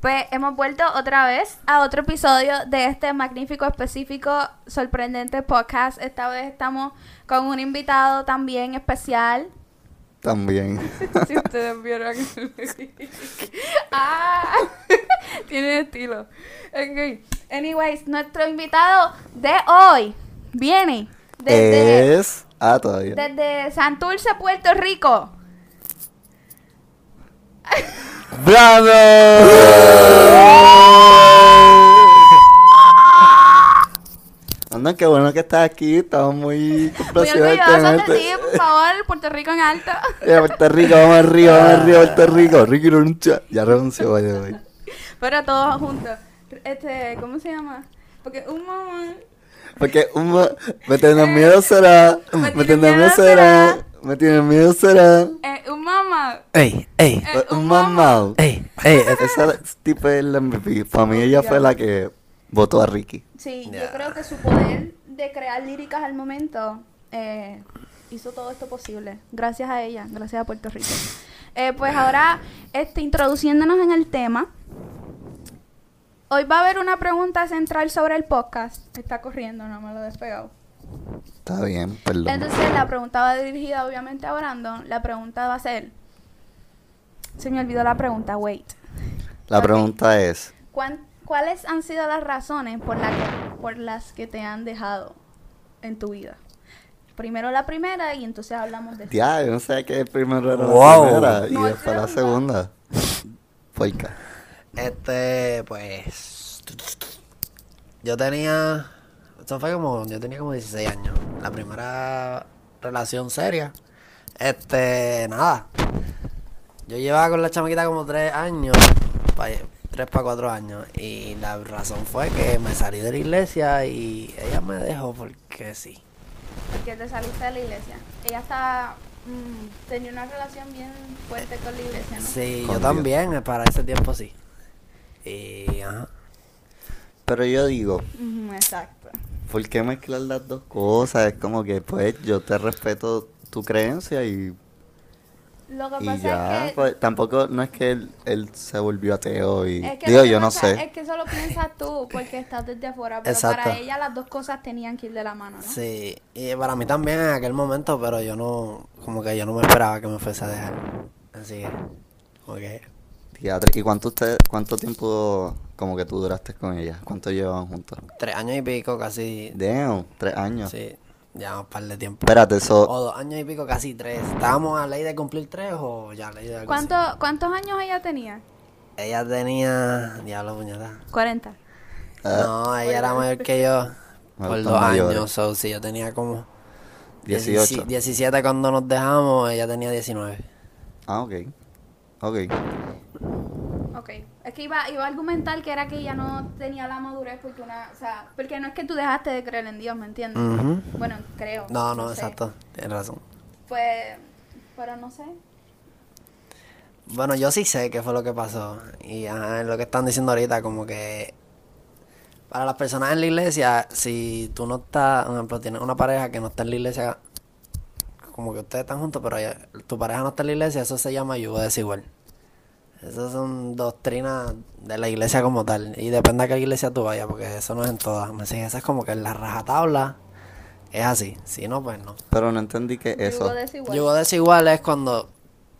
Pues hemos vuelto otra vez a otro episodio de este magnífico, específico, sorprendente podcast. Esta vez estamos con un invitado también especial. También. si ustedes vieron ah, tiene estilo. Okay. Anyways, nuestro invitado de hoy viene desde, es. Ah, todavía. desde Santurce, Puerto Rico. ¡Bravo! Anda, qué bueno que estás aquí. Estamos muy Muy complacidos de orgulloso tenerte. de ti, por favor, Puerto Rico en alto. Eh, Puerto Rico, vamos arriba, vamos arriba, Ah. Puerto Rico. Ricky renuncia. Ya renunció, vaya, vaya. Pero todos juntos. Este, ¿cómo se llama? Porque un mamón. Porque un ma- me tienen miedo será, Eh, Me me tienen tienen miedo miedo será, será. me tienen miedo será. eh, un mamá. Ey, ey, Eh, un Un mamado. ey, ey. eh, Esa tipo es la MVP. Para mí ella fue la que votó a Ricky. Sí, yo creo que su poder de crear líricas al momento eh, hizo todo esto posible. Gracias a ella, gracias a Puerto Rico. Eh, pues ahora, este, introduciéndonos en el tema. Hoy va a haber una pregunta central sobre el podcast. Está corriendo, no me lo he despegado. Está bien, perdón. Entonces la pregunta va dirigida obviamente a Brandon. La pregunta va a ser... Se me olvidó la pregunta, wait. la pregunta es, ¿Cuán- ¿Cuáles han sido las razones por, la que- por las que te han dejado en tu vida? Primero la primera y entonces hablamos de... ya, yo no sé qué primero era Wow. la primera y No, después no. la segunda. Porca. Este, pues. Yo tenía. Esto fue como. Yo tenía como 16 años. La primera relación seria. Este, nada. Yo llevaba con la chamaquita como 3 años. 3 para 4 años. Y la razón fue que me salí de la iglesia y ella me dejó porque sí. Porque te saliste de la iglesia. Ella estaba... mm, tenía una relación bien fuerte con la iglesia, ¿no? Sí, Con yo Dios. también, eh, para ese tiempo sí. Y, ajá. Pero yo digo, Ujú, exacto. ¿por qué mezclar las dos cosas? Es como que, pues, yo te respeto tu creencia y, Lo que y pasa ya. es que... pues, tampoco, no es que él, él se volvió ateo y... es que digo, lo que yo no pasa sé. Es que eso lo piensas tú porque estás desde afuera. Pero para Exacto. ella las dos cosas tenían que ir de la mano, ¿no? Sí, y para mí también en aquel momento, pero yo no, como que yo no me esperaba que me fuese a dejar. Así que, como que, Teatro. ¿Y cuánto, usted, cuánto tiempo como que tú duraste con ella? ¿Cuánto llevaban juntos? tres años y pico casi, Damn, tres años. sí, Oh, ya un par de tiempo. Espérate, eso... O dos años y pico, casi tres. ¿Estábamos a ley de cumplir tres o ya a ley de algo así? ¿Cuánto, ¿Cuántos años ella tenía? Ella tenía, diablo puñalada. 40. No, ella era mayor que yo Me por gustan dos mayores. años, o si yo tenía como 18. 17 cuando nos dejamos, ella tenía 19. Ah, ok. Ok. Ok. Es que iba, iba a argumentar que era que ella no tenía la madurez porque una... O sea, porque no es que tú dejaste de creer en Dios, ¿me entiendes? Ujú. Bueno, creo. Mm. No, no, sé. exacto, tienes razón. Pues... Pero no sé. Bueno, yo sí sé qué fue lo que pasó. Y ajá, es lo que están diciendo ahorita, como que para las personas en la iglesia, si tú no estás, por ejemplo, tienes una pareja que no está en la iglesia, como que ustedes están juntos, pero ella- tu pareja no está en la iglesia, eso se llama yugo desigual. Esas son doctrinas de la iglesia como tal. Y depende a qué iglesia tú vayas, porque eso no es en todas. Me siguen, eso es como que en la rajatabla es así. Si no, pues no. Pero no entendí Eh, que eso. Yugo desigual. Yugo desigual es cuando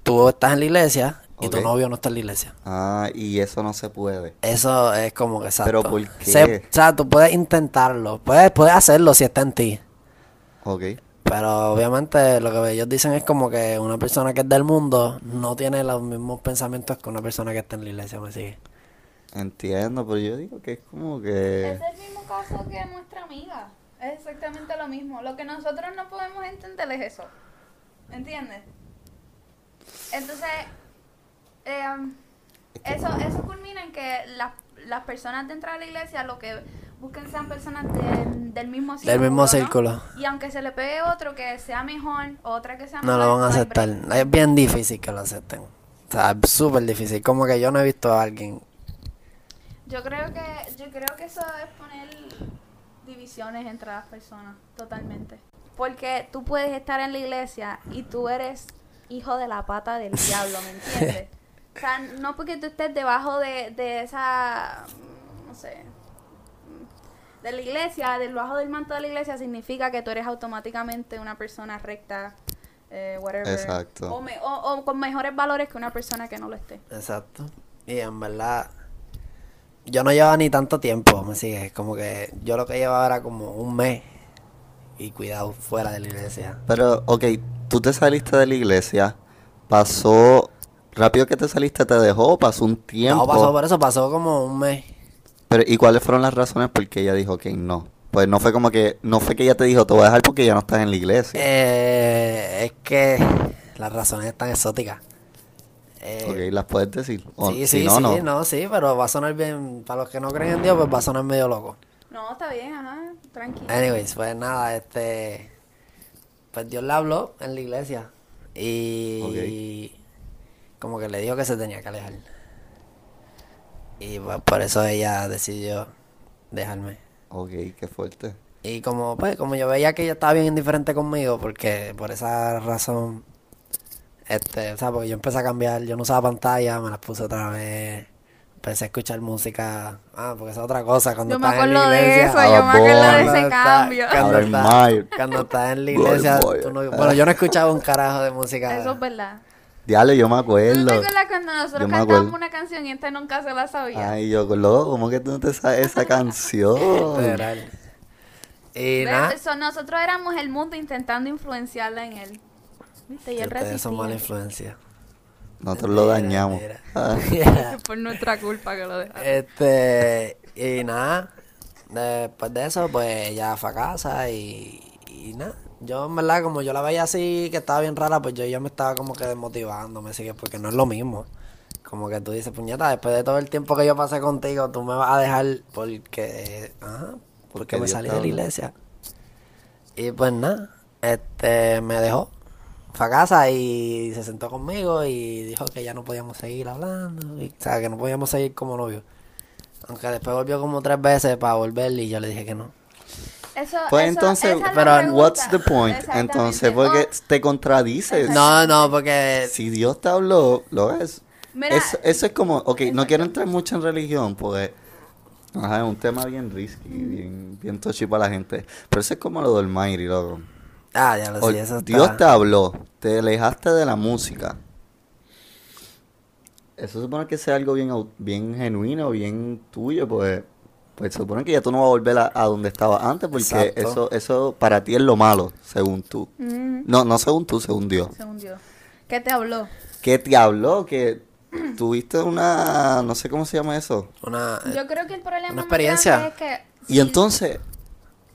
tú estás en la iglesia y tu Ok. novio no está en la iglesia. Ah, y eso no se puede. Eso es como que exacto. Pero, ¿por qué? Se- o sea, tú puedes intentarlo, puedes, puedes hacerlo si está en ti. Ok. Pero obviamente lo que ellos dicen es como que una persona que es del mundo no tiene los mismos pensamientos que una persona que está en la iglesia, ¿me sigue? Entiendo, pero yo digo que es como que. Es el mismo caso que nuestra amiga. Es exactamente lo mismo. Lo que nosotros no podemos entender es eso. ¿Entiendes? Entonces, em, eso, eso culmina en que las, las personas dentro de la iglesia lo que busquen sean personas del- del mismo círculo. Del mismo ¿no? círculo. Y aunque se le pegue otro que sea mejor, otra que sea No mejor. lo van a siempre- aceptar. Es bien difícil que lo acepten. O sea, es súper difícil. Como que yo no he visto a alguien. Yo creo que yo creo que eso es poner divisiones entre las personas, totalmente. Porque tú puedes estar en la iglesia y tú eres hijo de la pata del diablo, ¿me entiendes? O sea, no porque tú estés debajo de, de esa, mm, no sé, mm, de la iglesia, debajo del manto de la iglesia, significa que tú eres automáticamente una persona recta, eh, whatever. Exacto. O, me- o- o con mejores valores que una persona que no lo esté. Exacto. Y en verdad, yo no llevaba ni tanto tiempo, me sigues. Como que yo lo que llevaba era como un mes y cuidado fuera de la iglesia. Pero, ok, tú te saliste de la iglesia, pasó, rápido que te saliste te dejó, pasó un tiempo. No pasó por eso, pasó como un mes. Pero, ¿y cuáles fueron las razones por qué ella dijo que no? Pues no fue como que, no fue que ella te dijo, te voy a dejar porque ya no estás en la iglesia. Eh, es que las razones están exóticas. Eh, ok, ¿las puedes decir? O sí, si sí, no, sí, no. no, sí, pero va a sonar bien, para los que no creen en Dios, pues va a sonar medio loco. No, está bien, ajá, tranquilo. Anyways, pues nada, este. Pues Dios le habló en la iglesia. Y. Como que le dijo que se tenía que alejar. Y pues por eso ella decidió dejarme. Ok, qué fuerte. Y como, pues, como yo veía que ella estaba bien indiferente conmigo, porque por esa razón. Este, o sea, porque yo empecé a cambiar, yo no usaba pantalla, me las puse otra vez. Empecé a escuchar música. Ah, porque esa es otra cosa cuando Yo me estás en la acuerdo de iglesia. eso, a yo me Bad acuerdo de Bunny. ese Cuando está- cambio. Cuando Ahora estás el Mike. cuando estás en la Golden iglesia, Boy. tú no- bueno, yo no escuchaba un carajo de música. Eso es verdad. Diablo, yo me ¿Tú no te acuerdo. acuerdas cuando nosotros Yo me cantábamos acuerdo. una canción y este nunca se la sabía? Ay, yo, loco, ¿cómo que tú no te sabes esa canción? Literal. Y Pero nada, eso, nosotros éramos el mundo intentando influenciarla en él. ¿Viste? Y él ustedes son mala resistía. influencia. Nosotros lo Mira, dañamos. mira. Ah, Por nuestra culpa que lo dejaron. Este, y nada, después de eso, pues ya fue a casa y, y nada. Yo, en verdad, como yo la veía así, que estaba bien rara, pues yo ya me estaba como que desmotivando, me sigue, porque no es lo mismo. Como que tú dices, puñeta, después de todo el tiempo que yo pasé contigo, tú me vas a dejar porque, ajá, porque Porque me Dios salí te de la habló. iglesia. Y pues nada, este, me dejó. Fue a casa y se sentó conmigo y dijo que ya no podíamos seguir hablando, y, o sea, que no podíamos seguir como novios. Aunque después volvió como tres veces para volver y yo le dije que no. Eso, Pues eso- entonces, esa es la pero pregunta. what's the point? Exactamente. Oh, Entonces, porque O- te contradices. No, no, eh, porque Si Dios te habló, lo es. Mira- eso, eso es como, ok, no quiero entrar mucho en religión, porque ajá, es un tema bien risky, bien, bien touchy para la gente. Pero eso es como lo del Mayri, loco. Ah, ya lo O sé, eso está- Dios te habló, te alejaste de la música. Eso supone que sea algo bien, au- bien genuino, bien tuyo, pues, pues supone que ya tú no vas a volver a, a donde estabas antes, porque Exacto. eso, eso para ti es lo malo, según tú. Mm, No, no según tú, según Dios. según Dios. ¿Qué te habló? Que te habló, que tuviste una, no sé cómo se llama eso. una Yo creo que el problema Una más experiencia. grande es que... Y entonces,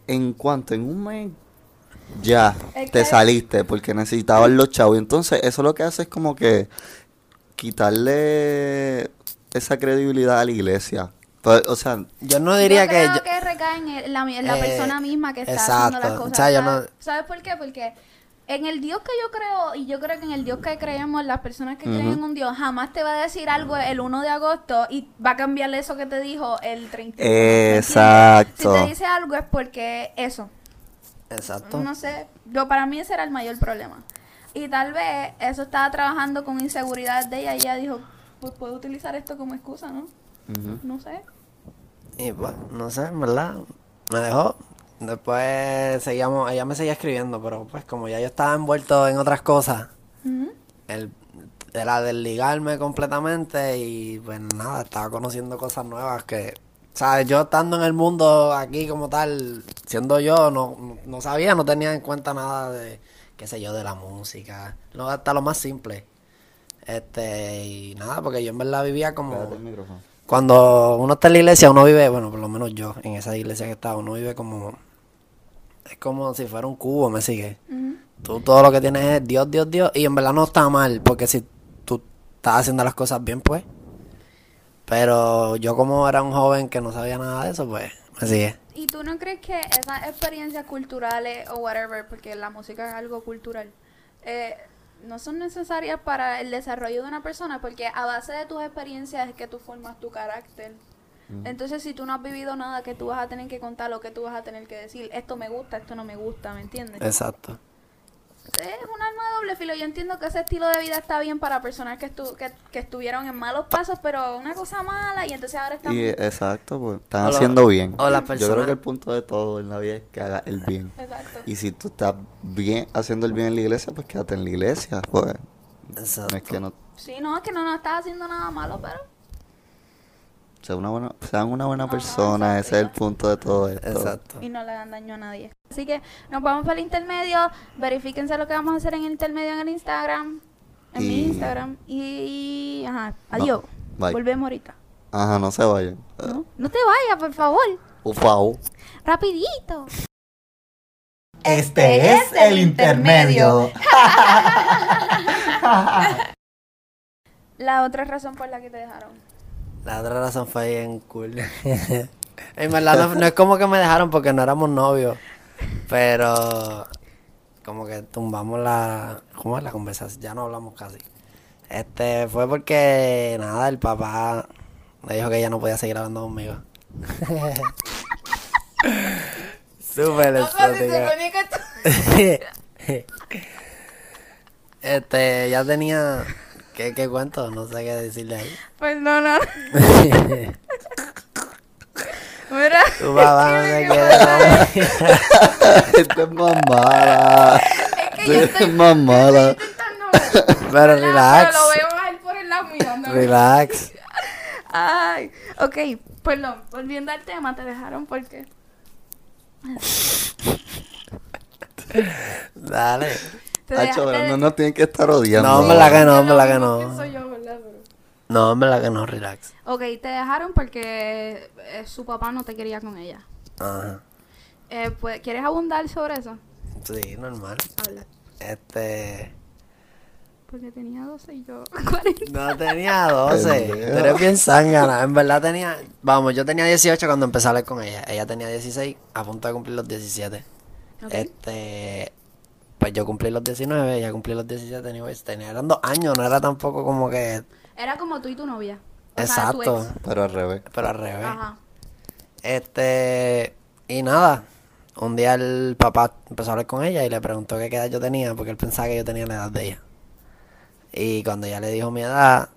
en cuanto en un mes ya Es te que- saliste porque necesitabas los chavos. Y entonces eso lo que hace es como que quitarle esa credibilidad a la iglesia. Pero, o sea, yo no diría yo que creo yo- que, recae en, el- la, en la Eh, persona misma que está haciendo las exacto. cosas. O sea, yo no- ¿Sabes- ¿Sabes por qué? Porque en el Dios que yo creo, y yo creo que en el Dios que creemos, las personas que creen en un Dios, jamás te va a decir algo el 1 de agosto y va a cambiarle eso que te dijo el 31. ¿me entiendes? Exacto. Si te dice algo es porque eso. exacto. No sé, yo para mí ese era el mayor problema. Y tal vez eso estaba trabajando con inseguridad de ella y ella dijo, pues puedo utilizar esto como excusa, ¿no? ujú. No sé. Y pues, no sé, en verdad, me dejó. Después seguíamos, ella me seguía escribiendo, pero pues como ya yo estaba envuelto en otras cosas, Ujú. el, era desligarme completamente y pues nada, estaba conociendo cosas nuevas que, sabes, yo estando en el mundo aquí como tal, siendo yo, no, no- no sabía, no tenía en cuenta nada de, qué sé yo, de la música, lo, hasta lo más simple. Este, y nada, porque yo en verdad vivía como... Pégate el micrófono. Cuando uno está en la iglesia, uno vive, bueno, por lo menos yo, en esa iglesia que estaba, uno vive como. Es como si fuera un cubo, me sigue. Ujú. Tú todo lo que tienes es Dios, Dios, Dios. Y en verdad no está mal, porque si tú estás haciendo las cosas bien, pues. Pero yo, como era un joven que no sabía nada de eso, pues, me sigue. ¿Y tú no crees que esas experiencias culturales o whatever, porque la música es algo cultural, eh, no son necesarias para el desarrollo de una persona? Porque a base de tus experiencias es que tú formas tu carácter. Mm. Entonces, si tú no has vivido nada, que tú vas a tener que contar lo que tú vas a tener que decir. Esto me gusta, esto no me gusta, ¿me entiendes? Exacto. Es un arma de doble estilo, yo entiendo que ese estilo de vida está bien para personas que, estu- que, que estuvieron en malos pasos, pero una cosa mala y entonces ahora están... Y eh, exacto, pues, están O la- haciendo bien. o la Yo creo persona- que el punto de todo en la vida es que hagas el bien. Exacto. Y si tú estás bien haciendo el bien en la iglesia, pues quédate en la iglesia. Pues. No es Exacto. que no Sí, no, es que no, no estás haciendo nada malo, pero... sea una buena, sean una buena Ajá, persona, exacto, ese es el ya. punto de todo esto. Exacto. y no le dan daño a nadie. Así que nos vamos para el intermedio. Verifíquense lo que vamos a hacer en el intermedio en el Instagram. En mi Y- Instagram. Y. Ajá. Adiós. bye. Volvemos ahorita. Ajá, no se vayan. Ah, ¿no? No te vayas, por favor. Ufau. Rapidito. Este es el intermedio. La otra razón por la que te dejaron. La otra razón fue bien cool. en verdad, no, no es como que me dejaron porque no éramos novios, pero como que tumbamos la, ¿cómo es la conversación? Ya no hablamos casi. Este, fue porque, nada, el papá me dijo que ya no podía seguir hablando conmigo. Súper exótica. que tú. Este, ya tenía, ¿qué, qué cuento? No sé qué decirle ahí. Pues no, no. Mira. Tu papá no se queda Esto es más mala. Es que yo Esto estoy es más mala. intentando. Pero Pero relax, lo veo a él por el lado mirándome. relax. Ay, ok, perdón, volviendo al tema, te dejaron porque. Dale. Te Hacho, deja- pero te- no nos tienen que estar odiando. No, me la que no, me la que no, no. soy yo, ¿verdad? Pero- No, en verdad que no, relax. Ok, te dejaron porque eh, su papá no te quería con ella. Ajá. Eh, pues, ¿Quieres abundar sobre eso? Sí, normal. Habla. Este. Porque tenía 12 y yo 40. No tenía 12. Pendejo. Tú eres bien zángana. En verdad tenía. Vamos, yo tenía 18 cuando empecé a hablar con ella. Ella tenía 16, a punto de cumplir los 17. Ok. Este. Pues yo cumplí los 19, ella cumplí los 17, anyways. Tenía, eran dos años, no era tampoco como que. Era como tú y tu novia. O sea, tu Exacto. ex. Pero al revés. Pero al revés. Ajá. Este, y nada, un día el papá empezó a hablar con ella y le preguntó qué edad yo tenía, porque él pensaba que yo tenía la edad de ella. Y cuando ella le dijo mi edad,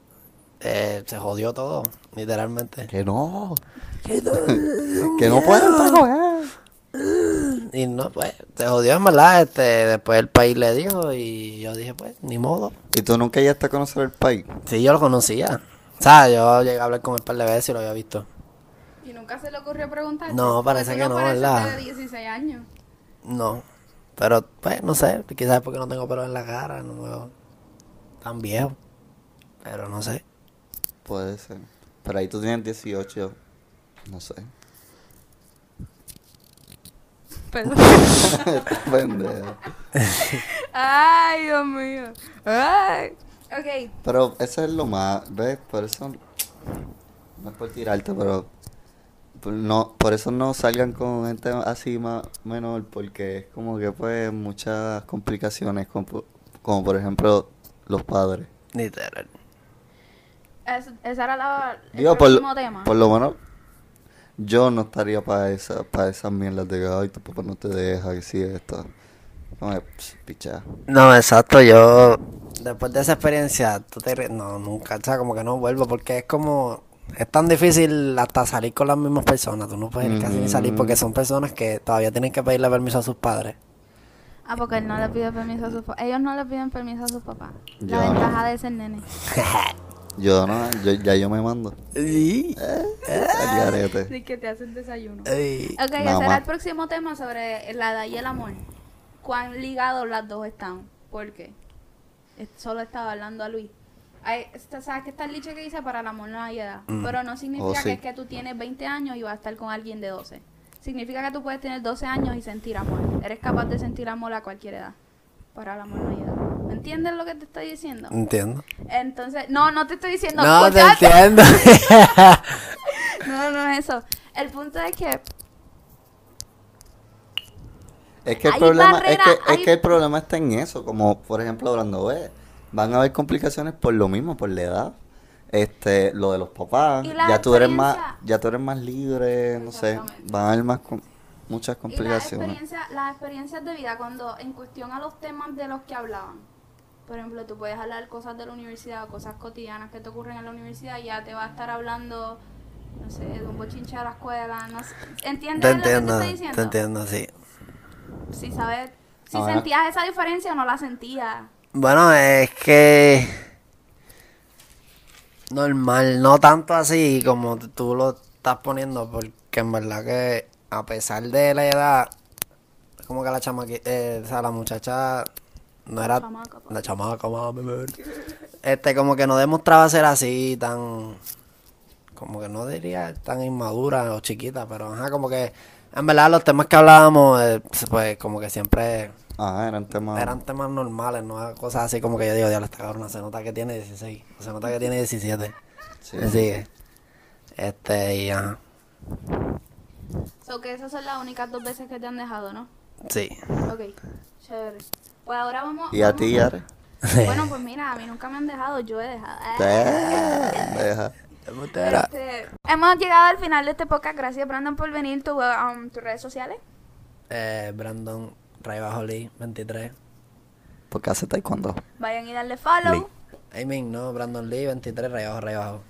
eh, se jodió todo, literalmente. Que no. que no pueden trabajar. Y no, pues, se jodió en verdad, este, después el país le dijo y yo dije, pues, ni modo. Y tú nunca llegaste a conocer el país. Sí, yo lo conocía. O sea, yo llegué a hablar con él un par de veces y lo había visto. Y nunca se le ocurrió preguntar. No, parece que no, ¿verdad? de 16 años. No, pero, pues, no sé, quizás porque no tengo pelo en la cara, no me veo tan viejo, pero no sé. Puede ser. Pero ahí tú tienes 18. No sé. Perdón. Pendejo. Ay, Dios mío. Ay. Ok. Pero eso es lo más, ¿ves? Por eso, no es por tirarte, pero por- no, por eso no salgan con gente así más menor, porque es como que pues muchas complicaciones, como, po- como por ejemplo los padres. Literal. Es- esa era la, el Digo, por, próximo tema. por lo menos yo no estaría para esa, para esas mierdas de que, ay, tu papá no te deja, que sí, esto. Como que, pss, pichá. No, exacto, yo... Después de esa experiencia, tú te... re- No, nunca, o sea, como que no vuelvo, porque es como... Es tan difícil hasta salir con las mismas personas, tú no puedes casi ni salir porque son personas que todavía tienen que pedirle permiso a sus padres. Ah, porque él no le pide permiso a sus papás. Ellos no le piden permiso a sus papás. La Ya. ventaja de ser nene. Yo no, yo- ya yo me mando. Sí. Al garete. Así que te hacen desayuno. Eh, Ey. Ok, Nada ese era más. el próximo tema sobre la edad y el amor. ¿Cuán ligados las dos están? ¿Por qué? Es- Solo estaba hablando a Luis. Hay, esta- ¿Sabes que está el dicho que dice para el amor no hay edad? Pero no significa Oh, sí. que es que tú tienes 20 años y vas a estar con alguien de 12. Significa que tú puedes tener 12 años y sentir amor. Eres capaz de sentir amor a cualquier edad. Para el amor no hay edad. ¿Entiendes lo que te estoy diciendo? Mm. Entiendo. Entonces, no, no te estoy diciendo. No, te escucha- entiendo. no, no es eso. El punto es que Es que el Hay problema, es barrera, que, es hay- que el problema está en eso, como por ejemplo hablando ve, van a haber complicaciones por lo mismo, por la edad, este, lo de los papás, Y la ya tú eres más, experiencia. ya tú eres más libre, no sé, Exactamente. van a haber más com- muchas Y las complicaciones. experiencias, las experiencias de vida, cuando en cuestión a los temas de los que hablaban, Por ejemplo, tú puedes hablar cosas de la universidad o cosas cotidianas que te ocurren en la universidad y ya te va a estar hablando, no sé, de un bochinche de la escuela, no sé. ¿Entiendes Te lo que te entiendo, estoy te diciendo? entiendo, sí. Si sabes, si Ahora- sentías esa diferencia o no la sentías. Bueno, es que normal, no tanto así como t- tú lo estás poniendo, porque en verdad que a pesar de la edad, como que la chamaqui, eh, o sea, la muchacha no era Chamaca, pa. la chamaca, mami, mami. este, como que no demostraba ser así tan, como que no diría tan inmadura o chiquita, pero ajá, como que en verdad los temas que hablábamos, eh, pues como que siempre Ajá, eran temas. eran temas normales, no Era cosas así como que yo digo, diablo, esta cabrona se nota que tiene 16, o se nota que tiene 17. Sí. Me sigue. Este, y ajá. So que esas son las únicas dos veces que te han dejado, ¿no? Sí. Ok, chévere. Pues ahora vamos. ¿Y a vamos- ti, Yare? Bueno, pues mira, a mí nunca me han dejado, yo he dejado. Te- Eh. Deja. Embustera. Este, hemos llegado al final de este podcast. Gracias, Brandon, por venir. Tu, um, ¿Tus redes sociales? Eh, Brandon Ray Bajo Lee, 23. Porque hace taekwondo. Vayan y darle follow. Lee. I mean, no, Brandon Lee, 23, Ray Bajo, Ray Bajo.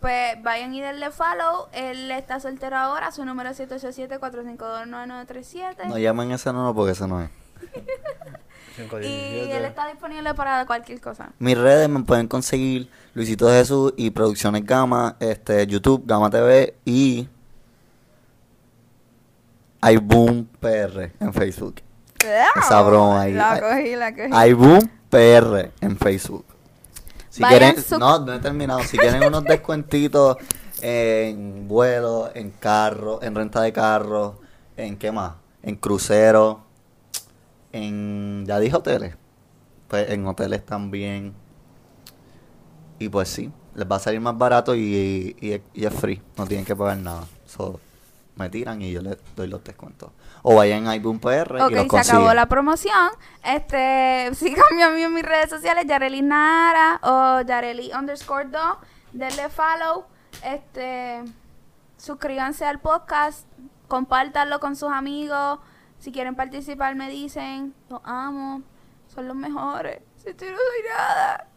Pues vayan y denle follow. Él está soltero ahora. Su número es 787-452-9937. No llaman ese no porque ese no es. y él está disponible para cualquier cosa. Mis redes me pueden conseguir Luisito Jesús y Producciones Gama, este, YouTube, Gama TV y iBoom PR en Facebook. Esa broma ahí. La cogí, la cogí. iBoom PR en Facebook. Si Vayan quieren, su- no, no he terminado. Si quieren unos descuentitos en vuelo, en carro, en renta de carro, en qué más, en crucero, en ya dije hoteles, pues en hoteles también. Y pues sí, les va a salir más barato y, y, es- y es free, no tienen que pagar nada. So, me tiran y yo les doy los descuentos. O vayan a iBoom PR Ok, y los se acabó consiguen. la promoción. Este, síganme a mí en mis redes sociales, Yareli Nara o Yareli underscore 2. Denle follow. Este, suscríbanse al podcast. Compártanlo con sus amigos. Si quieren participar, me dicen. Los amo. Son los mejores. Si tú no soy nada. ¡Ah!